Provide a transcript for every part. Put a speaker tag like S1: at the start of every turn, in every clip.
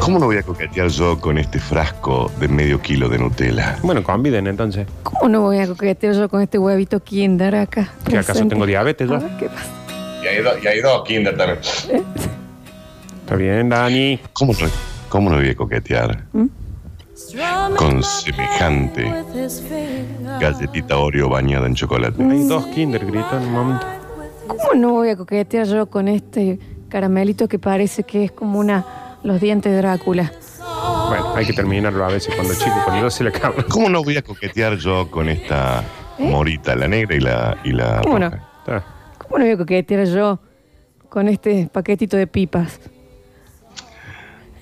S1: ¿Cómo no voy a coquetear yo con este frasco de medio kilo de Nutella?
S2: Bueno, conviden entonces.
S3: ¿Cómo no voy a coquetear yo con este huevito Kinder acá?
S2: ¿Que acaso
S3: presente?
S2: tengo diabetes yo?
S3: A ver, ¿Qué pasa?
S1: Y hay, dos- y hay dos Kinder también.
S2: Está bien, Dani.
S1: ¿Cómo no, cómo no voy a coquetear
S4: Con semejante
S1: galletita Oreo bañada en chocolate?
S2: Hay
S3: Mm.
S2: dos kinder, grito en un momento.
S3: ¿Cómo no voy a coquetear yo con este caramelito que parece que es como una los dientes de Drácula?
S2: Bueno, hay que terminarlo a veces cuando chico, cuando yo se le acaba.
S1: ¿Cómo no voy a coquetear yo con esta morita, la negra y la, y la
S3: ¿Eh? ¿Cómo no?
S1: roja?
S2: Está.
S3: ¿Cómo no voy a coquetear yo con este paquetito de pipas?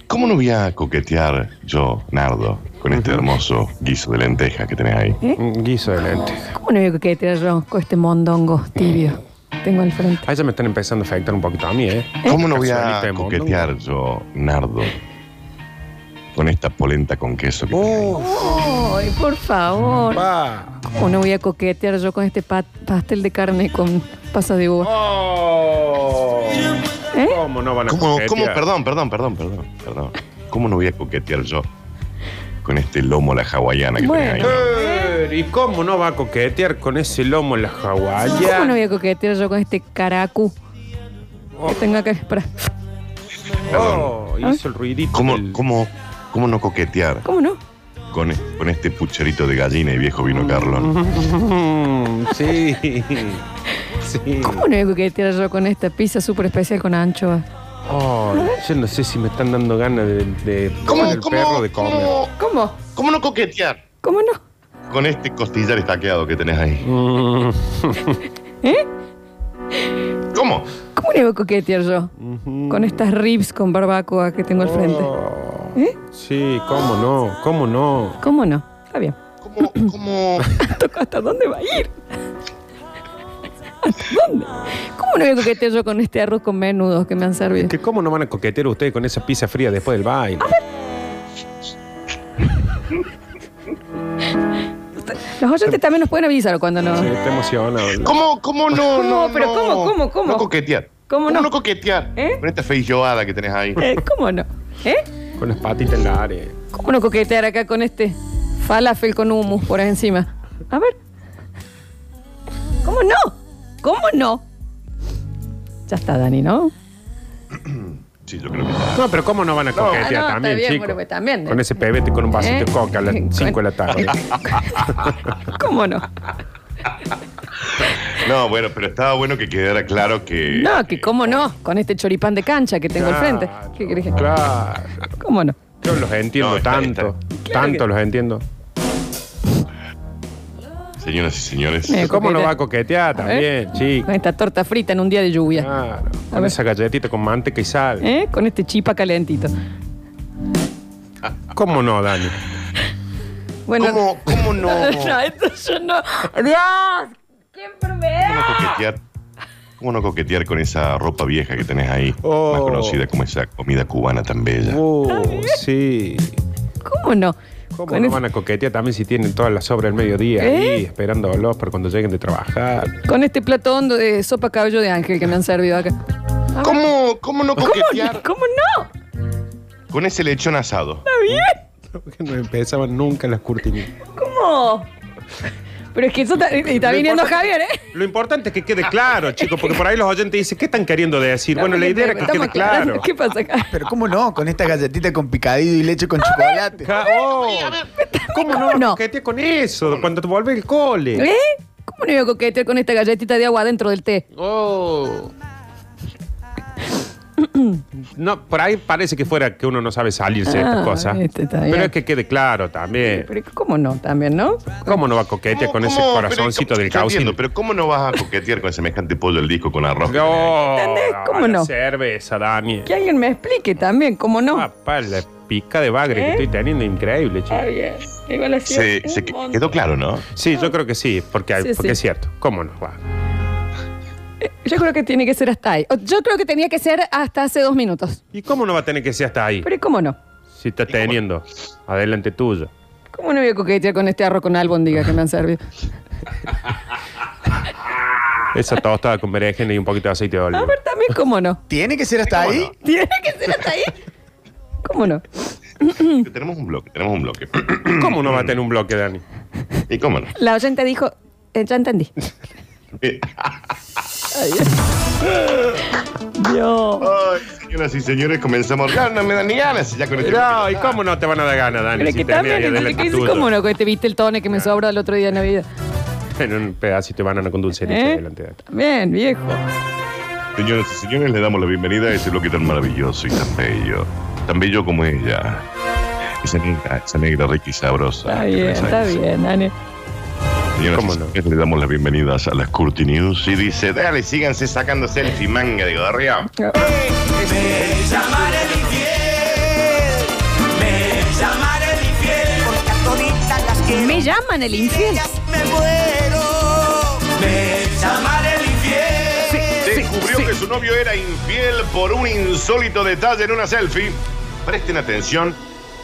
S1: ¿Cómo no voy a coquetear yo, Nardo, con este hermoso guiso de lenteja que tenés ahí?
S3: ¿Eh?
S2: Un guiso de lente.
S3: ¿Cómo no voy a coquetear yo con este mondongo tibio? que Tengo al frente.
S2: Ah, ya me están empezando a afectar un poquito a mí, ¿eh?
S1: ¿Cómo no voy a
S2: Cazuelita de mondongo.
S1: coquetear yo, Nardo, con esta polenta con queso que tenés ahí?
S2: Oh,
S3: ¡Ay, por favor!
S2: pa.
S3: ¿Cómo no voy a coquetear yo con este pa- pastel de carne con pasas de uva?
S2: Oh.
S3: ¿Eh?
S2: ¿Cómo no van a
S1: ¿Cómo,
S2: coquetear?
S1: cómo, perdón, perdón, perdón, perdón, perdón. ¿Cómo no voy a coquetear yo con este lomo a la hawaiana que
S3: Bueno.
S1: tenés ahí?
S2: Eh, ¿Y cómo no va a coquetear con ese lomo la
S3: ¿Cómo no
S2: hawaiana?
S3: voy a coquetear yo con este caracu? Que tengo acá. Pará.
S2: Oh,
S3: ¿Ah?
S2: hizo el ruidito.
S1: ¿Cómo,
S2: del-
S1: cómo, cómo no coquetear
S3: ¿Cómo no?
S1: con, con este pucherito de gallina y viejo vino Carlón?
S2: Mm, Sí. Sí.
S3: ¿Cómo no voy a coquetear yo con esta pizza súper especial con anchoa?
S2: Oh, yo no sé si me están dando ganas de, de
S1: ¿Cómo,
S2: poner el perro de comer.
S1: cómo,
S3: ¿Cómo?
S1: cómo no coquetear
S3: ¿Cómo no?
S1: con este costillar estaqueado que tenés ahí?
S2: Mm,
S3: ¿Eh?
S1: ¿Cómo?
S3: ¿Cómo no voy a coquetear yo con estas ribs con barbacoa que tengo al frente?
S2: oh,
S3: ¿Eh?
S2: Sí, cómo no, cómo no.
S3: ¿Cómo no? Está bien.
S1: ¿Cómo, cómo,
S3: Toco, ¿Hasta dónde va a ir? ¿Hasta dónde? ¿Cómo no voy a coquetear yo con este arroz con menudos que me han servido?
S2: Que cómo no van a coquetear ustedes con esa pizza fría después del baile.
S3: Los oyentes también nos pueden avisar cuando no.
S2: Sí, está emocionado.
S1: cómo, cómo no, no,
S3: ¿Cómo? Pero
S1: no-
S3: ¿cómo, cómo, cómo?
S1: no coquetear?
S3: ¿Cómo no?
S1: no coquetear
S3: ¿Eh?
S1: con esta feijoada que tenés ahí?
S3: Eh, ¿Cómo no? ¿Eh?
S2: Con las patitas en la área.
S3: ¿Cómo no coquetear acá con este falafel con humus por ahí encima? A ver. ¿Cómo no? ¿Cómo no? Ya está, Dani, ¿no?
S1: Sí, yo creo que está.
S2: No, pero cómo no van a coquetear
S3: Ah, no, está
S2: también,
S3: bien,
S2: chicos.
S3: bueno, pues también.
S2: Con ese pebete con un vasito
S3: ¿Eh?
S2: de coca a las
S3: Con-
S2: 5 de la tarde.
S3: ¿Cómo no?
S1: No, bueno, pero estaba bueno que quedara claro que.
S3: No, que cómo no, con este choripán de cancha que tengo al frente. ¿Qué crees? que-
S2: Claro.
S3: ¿Cómo no?
S2: Yo los entiendo
S1: No, está-
S2: tanto.
S3: ¿Eh,
S1: está-
S2: Tanto los entiendo.
S1: Señoras y señores,
S3: Eh,
S2: ¿Cómo no
S3: coquetea.
S2: va a coquetear
S3: A ver.
S2: también, chico?
S3: Con esta torta frita en un día de lluvia.
S2: Claro,
S3: A ver.
S2: con esa galletita con manteca y sal.
S3: ¿Eh? Con este chipa calentito.
S2: ¿Cómo no, Dani?
S3: Bueno,
S1: ¿cómo, cómo no?
S3: no, esto yo no. ¡Dios! ¡Qué enfermedad!
S1: ¿Cómo coquetear? ¿Cómo no coquetear con esa ropa vieja que tenés ahí?
S2: Oh.
S1: Más conocida como esa comida cubana tan bella.
S2: Uh, sí.
S3: ¿Cómo no?
S2: ¿Cómo
S3: Con
S2: no
S3: ese- ¿Eh?
S2: van a coquetear también si tienen todas las obras del mediodía ahí, esperándolos para cuando lleguen de trabajar?
S3: Con este plato hondo de sopa cabello de ángel que me han servido acá. A ver,
S1: ¿Cómo, cómo no
S3: ¿Cómo,
S1: coquetear
S3: no? ¿Cómo no?
S1: con ese lechón asado?
S2: Porque no empezaban nunca las cortinas.
S3: ¿Cómo? Pero es que eso está, y está
S2: Lo
S3: viniendo
S2: importante-
S3: Javier, ¿eh?
S2: Lo importante es que quede claro, chicos, porque por ahí los oyentes dicen, ¿qué están queriendo decir? Bueno, la idea era que
S3: Estamos
S2: quede
S3: aclarando.
S2: claro.
S3: ¿Qué pasa acá?
S5: Pero cómo no, con esta galletita con picadillo y leche con chocolate.
S2: Ja- oh, ¿Cómo
S3: ¿Cómo no?
S2: no? Coquetea con eso, cuando te vuelve el cole.
S3: ¿Eh? ¿Cómo no iba a coquetear con esta galletita de agua dentro del té?
S2: Oh. No, por ahí parece que fuera que uno no sabe salirse de
S3: Ah,
S2: estas cosas.
S3: este está bien.
S2: Pero es que quede claro también.
S3: Pero ¿cómo no? También, ¿no?
S2: ¿Cómo no va a coquetear
S1: ¿Cómo-
S2: con ese
S1: cómo-
S2: corazoncito
S1: pero-
S2: del
S1: yo entiendo,
S2: caucín?
S1: Pero ¿cómo no vas a coquetear con semejante pollo del disco con arroz?
S2: No,
S3: ¿Entendés? ¿Cómo
S2: a la
S3: no?
S2: cerveza, Daniel.
S3: Que alguien me explique también, ¿cómo no?
S2: Papá, la pica de bagre
S3: ¿Eh?
S2: que estoy teniendo, increíble, chico.
S3: bien. Igual así.
S1: Se, se que- quedó claro, ¿no?
S2: Sí, yo creo que sí, porque, hay-
S3: Sí,
S2: porque
S3: sí.
S2: es cierto. ¿Cómo no? Va.
S3: Yo creo que tiene que ser hasta ahí. O Yo creo que tenía que ser hasta hace dos minutos.
S2: ¿Y cómo no va a tener que ser hasta ahí?
S3: Pero ¿cómo no?
S2: Si está teniendo adelante tuyo.
S3: ¿Cómo no voy a coquetear con este arroz con albóndiga que me han servido?
S2: Esa tostada con berenjena y un poquito de aceite de oliva.
S3: A ver, también, ¿cómo no?
S5: ¿Tiene que ser hasta ahí?
S3: ¿Tiene que ser hasta ahí? ¿Cómo no?
S1: Tenemos un bloque, tenemos un bloque.
S2: ¿Cómo no va a tener un bloque, Dani?
S1: ¿Y cómo no?
S3: La oyente dijo, eh, ya entendí. Ay, Dios.
S1: Ay, señoras y señores, comenzamos. Ya no me dan ni ganas ya con este
S2: No, ¿y cómo no te van a dar ganas, Dani?
S3: Pero es
S2: si
S3: que
S2: tenés
S3: también,
S2: ahí
S3: entonces,
S2: adelante
S3: ¿qué dice?
S2: tuyo?
S3: ¿Cómo no? Con este viste el tone que me sobró el otro día de Navidad.
S2: En un pedacito de banana con dulcería
S3: ¿Eh?
S2: adelante de ti.
S3: Bien, viejo.
S1: Señoras y señores, le damos la bienvenida a ese bloque tan maravilloso y tan bello. Tan bello como ella. Esa negra, esa negra rica y sabrosa.
S3: Está bien, está bien, Dani.
S1: Señoras
S2: ¿Cómo
S1: y
S2: no?
S1: señores, le damos las bienvenidas a las Curti News y dice, dale, síganse sacando selfie, manga de gorrión.
S6: Me llamaré el infiel, me llamaré el infiel, porque a toditas las quiero.
S3: Me llaman el infiel.
S6: Ellas me muero, me llamaré el infiel.
S1: Descubrió que su novio era infiel por un insólito detalle en una selfie. Presten atención,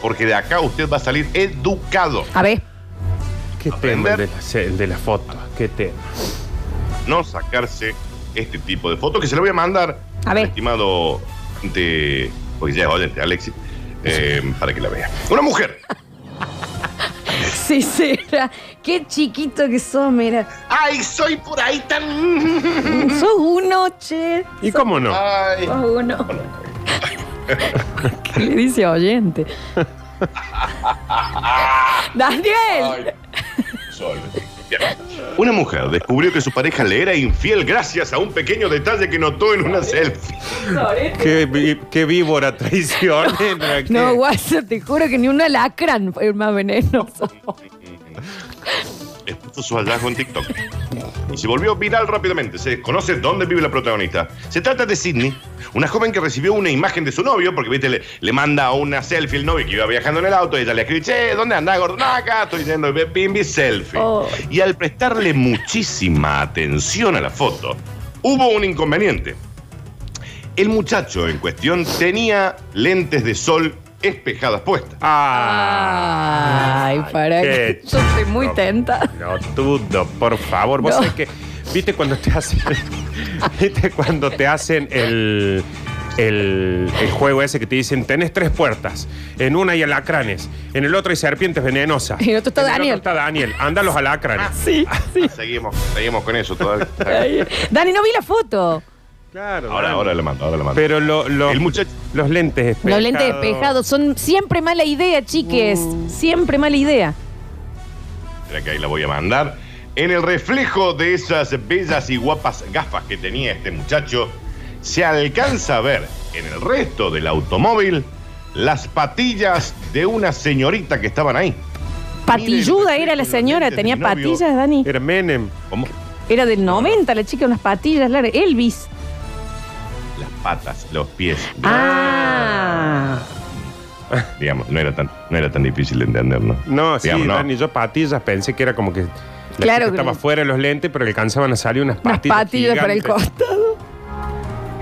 S1: porque de acá usted va a salir educado.
S3: A ver,
S2: Qué tema el de, la, se- el de la foto, qué tema.
S1: no sacarse este tipo de fotos que se lo voy a mandar
S3: A ver.
S1: al estimado de porque ya es oyente, Alexis eh, para que la vea una mujer
S3: sí, sí. era- Qué chiquito que sos, mira.
S1: ay soy por ahí tan
S3: Sos uno, che.
S2: ¿Y cómo no?
S3: Ah.
S1: ay
S3: Sos uno. ¿Qué le dice oyente? Daniel.
S1: sol. Bien. Una mujer descubrió que su pareja le era infiel gracias a un pequeño detalle que notó en una selfie.
S2: Qué, vi- qué víbora traición. ¿Qué?
S3: No, WhatsApp, te juro que ni un alacrán fue más venenoso.
S1: Expuso su hallazgo en TikTok y se volvió viral rápidamente. Se desconoce dónde vive la protagonista. Se trata de Sidney, una joven que recibió una imagen de su novio, porque viste, le, le manda una selfie el novio que iba viajando en el auto. Y ella le escribe, che, ¿dónde andás, gordonaca? Estoy yendo, bimbi, selfie.
S3: Oh.
S1: Y al prestarle muchísima atención a la foto, hubo un inconveniente. El muchacho en cuestión tenía lentes de sol espejadas puestas.
S2: Ah.
S3: Ay, para
S2: qué
S3: que yo estoy muy
S2: chico.
S3: tenta.
S2: No, Tudo, por favor. Vos
S3: No.
S2: sabés que. ¿Viste cuando te hacen. ¿Viste cuando te hacen el. El, el juego ese que te dicen, tenés tres puertas. En una hay alacranes, en el otro hay serpientes venenosas.
S3: Y en el otro está Daniel.
S2: otro está Daniel. Anda los alacranes.
S1: Ah,
S3: Sí, sí.
S1: Seguimos, seguimos con eso todavía.
S3: Ay. Dani, no vi la foto.
S2: Claro.
S1: Ahora,
S2: Dani.
S1: ahora le mando, ahora le mando.
S2: Pero lo- lo-
S1: El muchacho-
S2: los lentes
S3: Los
S2: despejados.
S3: lentes despejados son siempre mala idea, chiques. Siempre mala idea.
S1: Espera que ahí la voy a mandar. En el reflejo de esas bellas y guapas gafas que tenía este muchacho, se alcanza a ver en el resto del automóvil las patillas de una señorita que estaban ahí.
S3: Patilluda era la señora, tenía patillas, Dani.
S2: Era Menem.
S1: ¿Cómo?
S3: Era del 90, la chica, unas patillas largas. Elvis.
S1: Las patas, los pies.
S3: Ah.
S1: Digamos, no era tan, no era tan difícil de entender, ¿no?
S2: No, sí,
S1: Digamos, no.
S2: Dani, yo patillas pensé que era como que. La
S3: Claro
S2: chica
S3: que-
S2: estaba fuera de los lentes, pero le alcanzaban a salir unas
S3: Unas
S2: patillas.
S3: patillas para el
S2: gigantes.
S3: costado.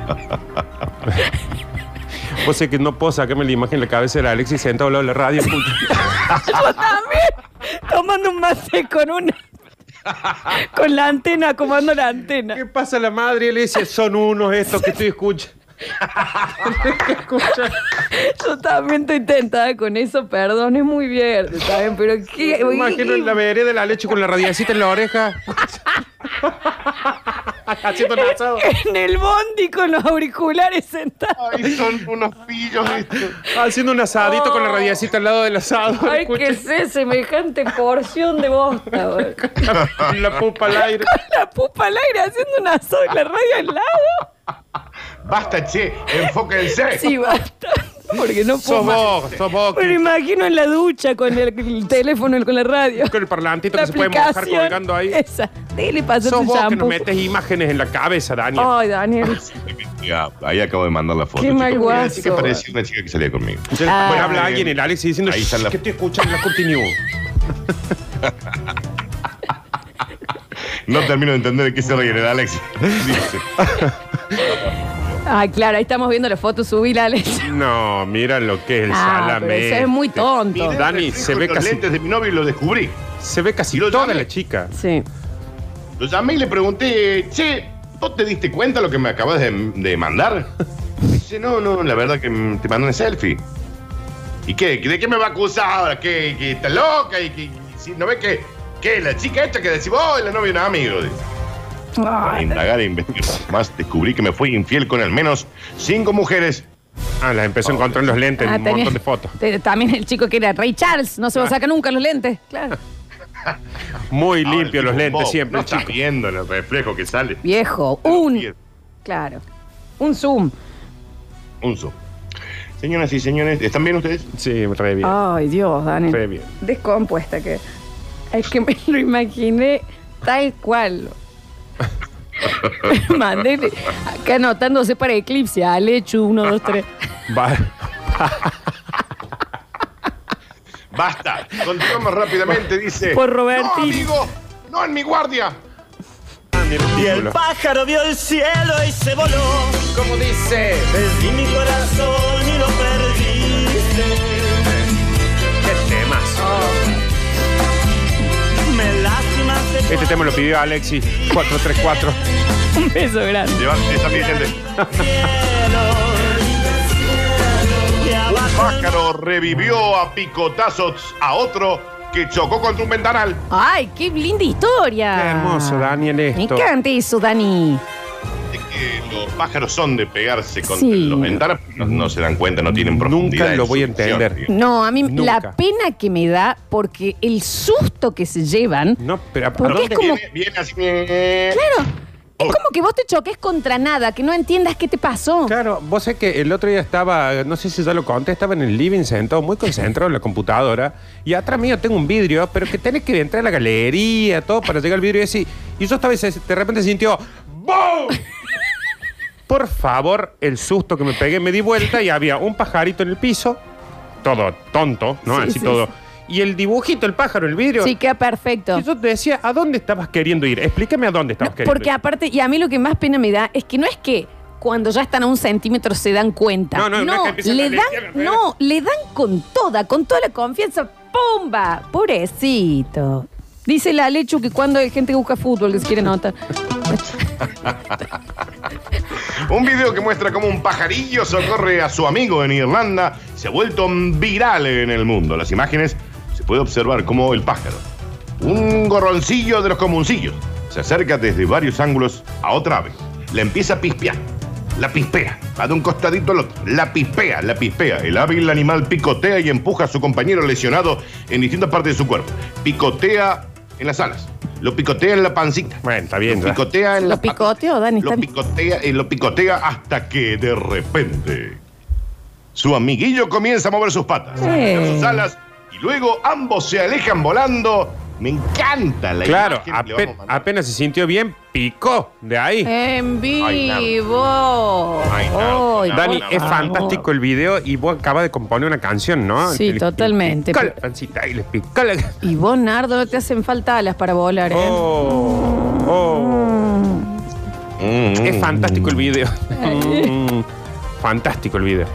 S2: Vos sé que no puedo sacarme la imagen de la cabeza de la Alexis sentado al lado de la radio.
S3: Yo también. Tomando un mate con una. Con la antena, acomodando la antena.
S2: ¿Qué pasa la madre? Le dice, son unos estos que estoy escuchando.
S3: Yo también estoy tentada con eso, perdón, es muy verde, ¿saben? Pero qué.
S2: Me imagino en la vereda de la leche con la radiacita en la oreja. Haciendo un asado.
S3: En el bondi con los auriculares sentados.
S1: Ay, son unos pillos estos.
S2: Haciendo un asadito con la radiacita al lado del asado.
S3: Ay,
S2: Escucha,
S3: qué sé, semejante porción de bosta, boludo.
S2: La pupa al aire.
S3: La pupa al aire haciendo una asado y la radio al lado.
S1: Basta, che, enfóquense.
S3: Sí, basta. Porque no puedo.
S2: Sos
S3: más.
S2: vos, sos vos.
S3: Pero imagino en la ducha con el, el teléfono, con la radio.
S2: Con el parlantito
S3: La
S2: que se puede mojar
S3: aplicación,
S2: colgando ahí.
S3: Esa. Dele pasó
S2: Sos
S3: tu
S2: vos que
S3: shampoo. Oh,
S2: nos metes imágenes en la cabeza, Daniel.
S3: Ay, Daniel.
S1: Ya, ahí acabo de mandar la foto.
S3: Qué
S1: chicos.
S3: mal
S1: Mira,
S3: guazo.
S1: sí que parecía una chica que salía conmigo.
S2: Yo-
S3: Ah.
S2: Bueno, habla alguien, el Alex diciendo
S1: Ahí está
S2: "Shh,
S1: la-
S2: que estoy escuchando la continúo.
S1: No termino de entender de qué se ríe el Alex. Dice.
S3: Ah, claro, ahí estamos viendo la foto, subir, Alex.
S2: No, mira lo que es el
S3: Ah,
S2: salame.
S3: pero eso es muy tonto.
S2: Dani, se ve
S1: Los
S2: casi,
S1: lentes de mi novio y lo descubrí.
S2: se ve casi
S1: Y lo
S2: toda
S1: llamé.
S2: la chica.
S3: Sí.
S1: Lo llamé y le pregunté, che, ¿vos te diste cuenta lo que me acabas de, de mandar? Me dice, no, no, la verdad que mm, te mandé una selfie. ¿Y qué? ¿De qué me va a acusar ahora? ¿Que, que está loca? ¿Y que, y si no ves que, que la chica esta que decís vos es la novia de un amigo? Dice. Para indagar e investigar más, descubrí que me fui infiel con al menos cinco mujeres.
S2: Ah, las empezó a encontrar en los lentes, en
S3: Ah,
S2: un
S3: tenía-
S2: montón de fotos.
S3: te- También el chico que era Ray Charles, no se lo saca nunca los lentes. Claro.
S2: Muy
S1: Ahora,
S2: limpio
S1: el
S2: los
S1: tipo,
S2: lentes
S1: vos,
S2: siempre,
S1: no
S2: el chico.
S1: estás viendo el reflejo que sale.
S3: Viejo, un. Claro. Un zoom.
S1: Un zoom. Señoras y señores, ¿están bien ustedes?
S2: Sí, re bien.
S3: Ay, Dios, Dani.
S2: Re bien.
S3: Descompuesta que. Es que me lo imaginé tal cual. Mandé acá anotándose para Eclipse, Alechu 1, 2, 3.
S2: Va-
S1: Basta. Continuamos rápidamente, dice.
S3: Por Robertino.
S1: No, amigo, no en mi guardia.
S2: Ah, mira el
S6: Y el
S2: título.
S6: pájaro vio el cielo y se voló.
S5: Como dice,
S6: Perdí mi corazón y lo perdiste.
S2: Qué temazo.
S6: Me lastimaste.
S2: Este tema lo pidió Alexis 434.
S3: Un beso grande.
S1: Lleva, está bien, gente. Un pájaro revivió a picotazos a otro que chocó contra un ventanal.
S3: Ay, qué linda historia.
S2: Qué hermoso, Daniel, esto.
S3: Me encanta eso, Dani.
S1: Es que los pájaros son de pegarse contra
S3: Sí.
S1: los ventanas, no, no se dan cuenta, no tienen profundidad.
S2: Nunca
S1: en
S2: lo
S1: su
S2: voy a
S1: visión,
S2: entender.
S1: digamos.
S3: No, a mí
S2: Nunca.
S3: la pena que me da porque el susto que se llevan.
S2: No, pero ¿a- ¿a
S3: Porque
S2: dónde?
S3: es como-
S1: Viene, viene así. eh,
S3: Claro. Es
S2: Oh.
S3: como que vos te choques contra nada, que no entiendas qué te pasó.
S2: Claro, vos sé que el otro día estaba, no sé si ya lo conté, estaba en el living sentado, muy concentrado en la computadora, y atrás mío tengo un vidrio, pero que tenés que entrar a la galería, todo, para llegar al vidrio y así. Y yo estaba y se- de repente sintió ¡BOOM! Por favor, el susto que me pegué, me di vuelta y había un pajarito en el piso, todo tonto,
S3: Sí,
S2: ¿no?
S3: sí,
S2: así todo. Y el dibujito, el pájaro, el vidrio.
S3: Sí, queda perfecto.
S2: Y yo te decía, ¿a dónde estabas queriendo ir? Explícame a dónde estabas queriendo
S3: Porque
S2: ir.
S3: aparte, y a mí lo que más pena me da es que no es que cuando ya están a un centímetro se dan cuenta.
S2: No, no, no es que empiezan a
S3: le dan,
S2: leer, ¿verdad?
S3: no, le dan con toda, con toda la confianza. ¡Pumba! Pobrecito. Dice la Lechu que cuando hay gente que busca fútbol que se quiere notar.
S1: Un video que muestra cómo un pajarillo socorre a su amigo en Irlanda se ha vuelto viral en el mundo. Las imágenes se puede observar cómo el pájaro, un gorroncillo de los comuncillos, se acerca desde varios ángulos a otra ave. La empieza a pispear, la pispea, va de un costadito al otro, la pispea, la pispea. El hábil animal picotea y empuja a su compañero lesionado en distintas partes de su cuerpo. Picotea en las alas, lo picotea en la pancita.
S2: Bueno, está bien,
S1: Lo
S2: ya.
S1: picotea en
S3: ¿Lo
S1: las patitas.
S3: picoteo, Dani?
S1: Lo
S3: Está-
S1: picotea y lo picotea hasta que de repente su amiguillo comienza a mover sus patas,
S3: Sí.
S1: a girar sus alas y luego ambos se alejan volando. Me encanta la
S2: Claro,
S1: imagen que le
S2: ape-
S1: vamos a mandar.
S2: apenas se sintió bien, picó de ahí.
S3: En vivo.
S1: Ay, Nardo.
S3: Ay,
S1: Nardo,
S2: Dani,
S1: no,
S2: es
S1: no.
S2: fantástico el video y vos acabas de componer una canción, ¿no?
S3: Sí,
S2: Que les
S3: totalmente. ¿Eh?
S2: picó la pancita y les picó la-
S3: Y vos, Nardo, no te hacen falta alas para volar, ¿eh?
S2: Oh, oh.
S1: Mm, mm.
S2: Es fantástico el video. Mm, fantástico el video.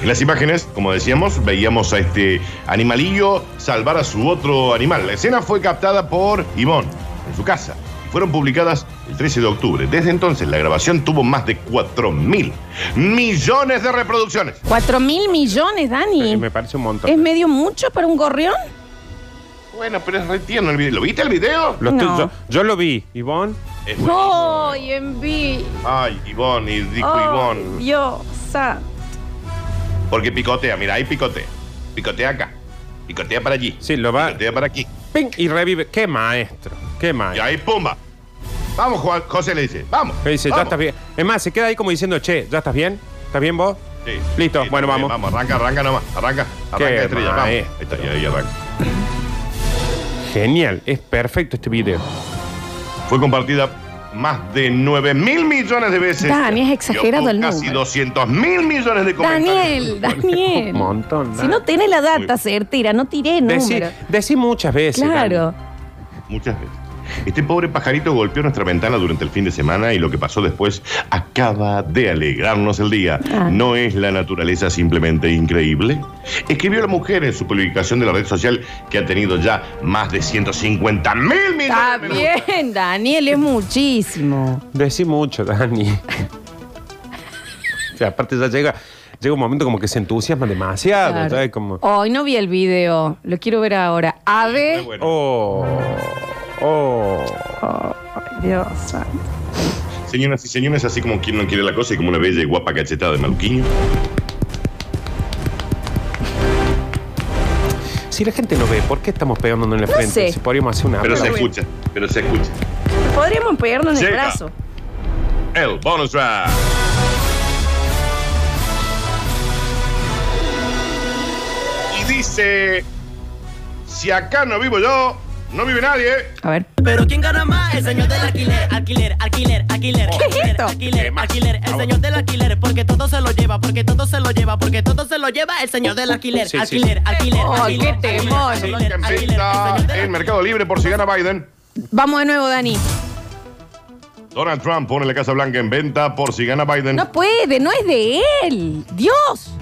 S1: En las imágenes, como decíamos, veíamos a este animalillo salvar a su otro animal. La escena fue captada por Ivonne en su casa y fueron publicadas el 13 de octubre. Desde entonces, la grabación tuvo más de 4 mil millones de reproducciones.
S3: Cuatro mil millones, Dani.
S2: Que Me parece un montón.
S3: ¿Es medio mucho para un gorrión?
S1: Bueno, pero es re tierno el video. ¿Lo viste el video?
S2: Lo estoy-
S3: No.
S2: yo, yo lo vi, Ivonne.
S1: Es
S3: ¡Ay,
S1: buenísimo.
S3: en vivo!
S1: Ay, Ivonne, y dijo
S3: ¡Oh,
S1: Ivonne.
S3: Dios! santo.
S1: Porque picotea, mira, ahí picotea. Picotea acá. Picotea para allí.
S2: Sí, lo va.
S1: Picotea para aquí.
S2: ping, y revive. Qué maestro. Qué
S1: Y
S2: maestro.
S1: ahí, pumba. Vamos, Juan. José le dice, vamos.
S2: Que dice, ya
S1: vamos".
S2: estás bien. Es más, se queda ahí como diciendo, che, ¿ya estás bien? ¿Estás bien vos?
S1: Sí.
S2: Listo,
S1: Sí,
S2: bueno,
S1: está bien,
S2: vamos.
S1: Vamos, arranca, arranca nomás. Arranca, arranca
S2: Qué eh.
S1: estrella. Vamos. Ahí
S2: maestro.
S1: está, y ahí arranca.
S2: Genial. Es perfecto este video.
S1: Fue compartida más de 9 mil millones de veces.
S3: Dani, es
S1: Y
S3: exagerado el
S1: obtuvo Casi
S3: número.
S1: 200 mil millones de
S3: Daniel,
S1: comentarios.
S3: Daniel.
S2: Un montón,
S3: Si
S2: Dani.
S3: no tenés la data certera, no tiré
S2: Decí,
S3: número.
S2: decí muchas veces.
S3: Claro.
S1: Muchas veces. Este pobre pajarito golpeó nuestra ventana durante el fin de semana y lo que pasó después acaba de alegrarnos el día.
S3: Ah.
S1: ¿No es la naturaleza simplemente increíble? Escribió la mujer en su publicación de la red social que ha tenido ya más de 150 mil millones
S3: Está
S1: de me gusta.
S3: bien, Daniel, es muchísimo.
S2: Dani. Decí mucho, Dani. o sea, aparte ya llega, llega un momento como que se entusiasma demasiado.
S3: Claro.
S2: ¿sabes? Como,
S3: Hoy no vi el video, lo quiero ver ahora. Ave.
S1: Muy bueno.
S2: oh, oh.
S3: Ay, Dios santo.
S1: Señoras y señores, así como quien no quiere la cosa y como una bella y guapa cachetada de maluquiño.
S2: Si la gente lo ve, ¿por qué estamos pegándonos en la frente?
S3: sé.
S2: Si podríamos hacer una...
S1: Pero se
S3: bueno.
S1: escucha, pero se escucha.
S3: Podríamos pegarnos en el
S1: Llega.
S3: brazo.
S1: El bonus track. Y dice: Si acá no vivo yo, no vive nadie.
S3: A ver.
S7: Pero ¿quién gana más? El señor del alquiler, alquiler, alquiler, alquiler.
S3: Oh, ¿Qué es esto?
S7: Alquiler, alquiler, el señor del alquiler, porque todo se lo lleva, porque todo se lo lleva, porque todo se lo lleva el señor del alquiler,
S2: Sí, sí, sí.
S7: alquiler, alquiler,
S3: Oh,
S7: alquiler,
S3: qué
S7: alquiler,
S3: temor.
S7: alquiler,
S1: Que
S7: alquiler, el
S1: empieza
S7: señor del
S1: en Mercado Libre por si gana Biden.
S3: Vamos de nuevo, Dani.
S1: Donald Trump pone la Casa Blanca en venta por si gana Biden.
S3: No puede, no es de él. Dios.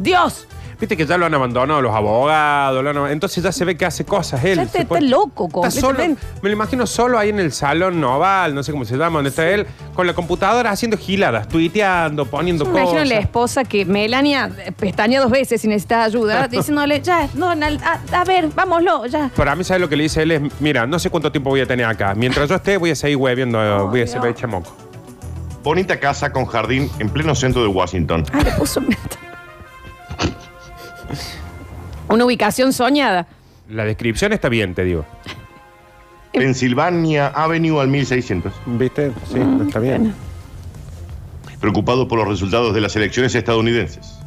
S3: Dios.
S2: Viste que ya lo han abandonado los abogados, lo han ab- entonces ya se ve que hace cosas él.
S3: Ya
S2: Se
S3: te- está
S2: pone-
S3: loco este
S2: Está solo,
S3: completamente.
S2: me lo imagino solo ahí en el salón Noval, no sé cómo se llama, donde está él, con la computadora haciendo giladas, tuiteando, poniendo
S3: Me
S2: cosas.
S3: imagino la esposa que Melania eh, pestaña dos veces y necesita ayuda, diciéndole, ya, Donald, a, a ver, vámonoslo, ya.
S2: Para mí, ¿sabes lo que le dice él? Es, mira, no sé cuánto tiempo voy a tener acá. Mientras yo esté, voy a seguir hueviendo, voy a
S3: Dios.
S2: ser voy a echar moco.
S1: Bonita casa con jardín en pleno centro de Washington.
S3: Ay, le puso Una ubicación soñada.
S2: La descripción está bien, te digo.
S1: Pennsylvania Avenue al 1600.
S2: ¿Viste? Sí,
S3: Mm,
S2: está bien.
S1: preocupado por los resultados de las elecciones estadounidenses.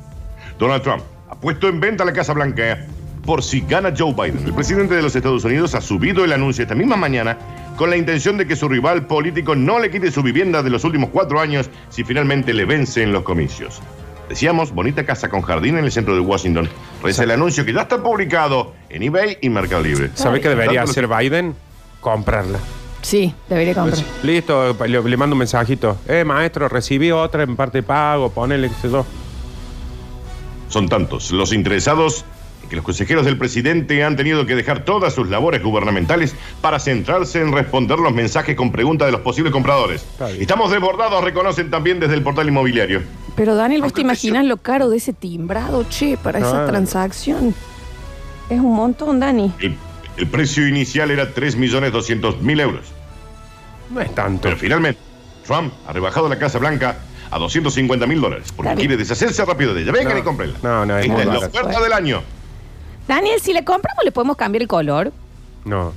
S1: Donald Trump ha puesto en venta la Casa Blanca por si gana Joe Biden. El presidente de los Estados Unidos ha subido el anuncio esta misma mañana con la intención de que su rival político no le quite su vivienda de los últimos cuatro años si finalmente le vence en los comicios. Decíamos, bonita casa con jardín en el centro de Washington. Reza el anuncio que ya está publicado en eBay y Mercado Libre.
S2: ¿Sabes qué debería hacer Biden? Comprarla. Pues,
S3: Sí, debería comprar.
S2: Listo, le, le mando un mensajito. Eh, maestro, recibí otra en parte pago, ponele qué sé yo.
S1: Son tantos los interesados en que los consejeros del presidente han tenido que dejar todas sus labores gubernamentales para centrarse en responder los mensajes con preguntas de los posibles compradores.
S2: Está bien.
S1: Estamos desbordados, reconocen también desde el portal inmobiliario.
S3: Pero Daniel, ¿vos te
S1: Aunque
S3: imaginas lo caro de ese timbrado, che, para esa
S2: Ah.
S3: transacción? Es un montón, Dani.
S1: El, el precio inicial era 3.200.000 euros,
S2: No es tanto.
S1: pero finalmente Trump ha rebajado la Casa Blanca a 250.000 dólares porque
S3: Está bien.
S1: quiere deshacerse rápido de ella. Vengan
S2: No,
S1: y cómprenla.
S2: no, no, es
S1: Esta
S2: muy
S1: es la
S2: barato.
S1: oferta del año.
S3: Daniel, si le compramos, le podemos cambiar el color.
S2: No.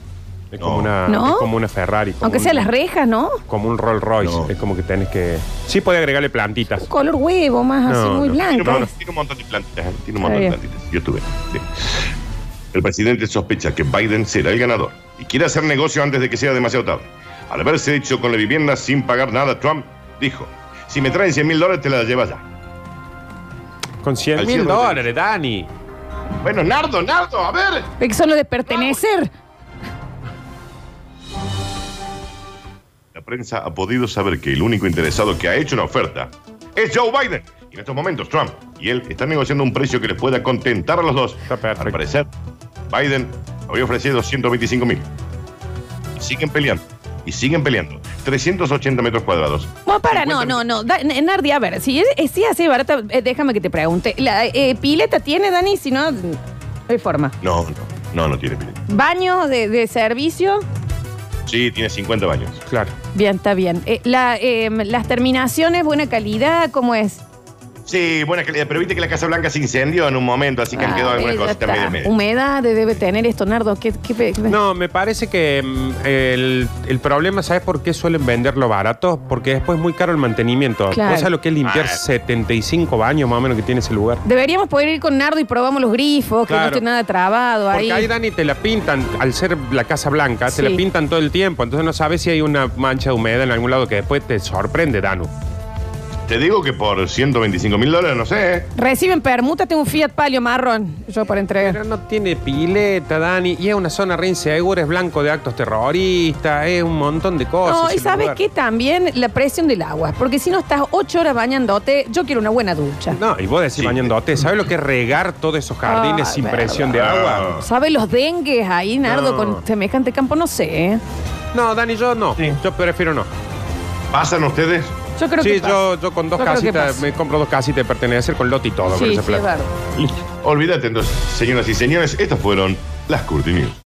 S2: Es como,
S1: No.
S2: una,
S3: ¿No?
S2: es como una Ferrari. como
S3: Aunque sea
S2: un-
S3: las rejas, ¿no?
S2: Como un Rolls Royce.
S1: No.
S2: Es como que tenés que. Sí, puede agregarle plantitas.
S3: Color huevo, más así,
S2: No,
S3: muy
S2: no.
S1: Tiene,
S3: blanco.
S1: un- tiene un montón de plantitas. ¿eh? Tiene un montón de
S3: Está
S1: plantitas. Yo estuve. sí. El presidente sospecha que Biden será el ganador y quiere hacer negocio antes de que sea demasiado tarde. Al haberse hecho con la vivienda sin pagar nada, Trump dijo: Si me traen 100 mil dólares, te la llevas ya.
S2: Con 100
S1: Al
S2: mil
S1: cierre de-
S2: dólares, Dani.
S1: Bueno, Nardo, Nardo, a ver.
S3: Es solo de pertenecer.
S1: La prensa ha podido saber que el único interesado que ha hecho una oferta es Joe Biden. Y en estos momentos, Trump y él están negociando un precio que les pueda contentar a los dos.
S2: Está perfecto.
S1: Al parecer, Biden había ofrecido 125 mil. Siguen peleando. Y siguen peleando. 380 metros cuadrados.
S3: Bueno, para, no,
S1: 50
S3: no, no. Da- N- Nardi, a ver, si es, es- sí, así de barata, eh, déjame que te pregunte. ¿La eh, pileta tiene, Dani? Si no, no hay forma.
S1: No, no, no, no tiene pelea.
S3: ¿Baño de, de servicio?
S1: Sí, tiene 50 baños.
S2: Claro.
S3: Bien, está bien. Eh, la, eh, ¿Las terminaciones, buena calidad? ¿Cómo es?
S1: Sí, buena calidad. Pero viste que la Casa Blanca se incendió en un momento, así que han quedado
S3: Ah,
S1: algunas
S3: eh,
S1: cosas
S3: ya
S1: también
S3: está.
S1: en medio.
S3: Humedad de- debe tener esto, Nardo. ¿Qué, qué pe- qué-
S2: No, me parece que mm, el, el problema, ¿sabes por qué suelen venderlo barato? Porque después es muy caro el mantenimiento.
S3: Claro.
S2: ¿Vos sabés lo que es limpiar
S1: Ah.
S2: 75 baños más o menos que tiene ese lugar?
S3: Deberíamos poder ir con Nardo y probamos los grifos, que no
S2: Claro.
S3: esté nada trabado ahí.
S2: Porque ahí, Dani, te la pintan, al ser la Casa Blanca,
S3: Sí.
S2: te la pintan todo el tiempo. Entonces no sabes si hay una mancha de humedad en algún lado que después te sorprende, Danu.
S1: Te digo que por 125 mil dólares, no sé, ¿eh?
S3: Reciben permuta, tengo un Fiat Palio marrón. Yo para
S2: Pero
S3: entregar.
S2: no tiene pileta, Dani, y es una zona re insegura, es blanco de actos terroristas, es un montón de cosas.
S3: No, y
S2: ese
S3: sabes
S2: lugar.
S3: que también la presión del agua. Porque si no estás ocho horas bañándote, yo quiero una buena ducha.
S2: No, y vos decís
S1: Sí.
S2: bañándote, ¿sabes lo que es regar todos esos jardines
S3: Ay,
S2: sin
S3: verdad.
S2: presión de
S1: Ah,
S2: agua?
S3: ¿Sabes los dengues ahí, Nardo,
S2: No.
S3: con semejante campo? No sé. ¿eh?
S2: No, Dani, yo no.
S1: Sí.
S2: Yo prefiero no.
S1: Ah. ¿Pasan ustedes?
S3: Yo creo que.
S2: sí,
S3: pasa.
S2: yo, yo con dos
S3: Yo creo que
S2: casitas,
S3: pasa.
S2: me compro dos casitas de pertenecer con lote y todo. con
S3: Sí,
S2: esa
S3: sí,
S2: plata.
S3: es verdad.
S1: Olvídate entonces, señoras y señores, estas fueron las Curti News.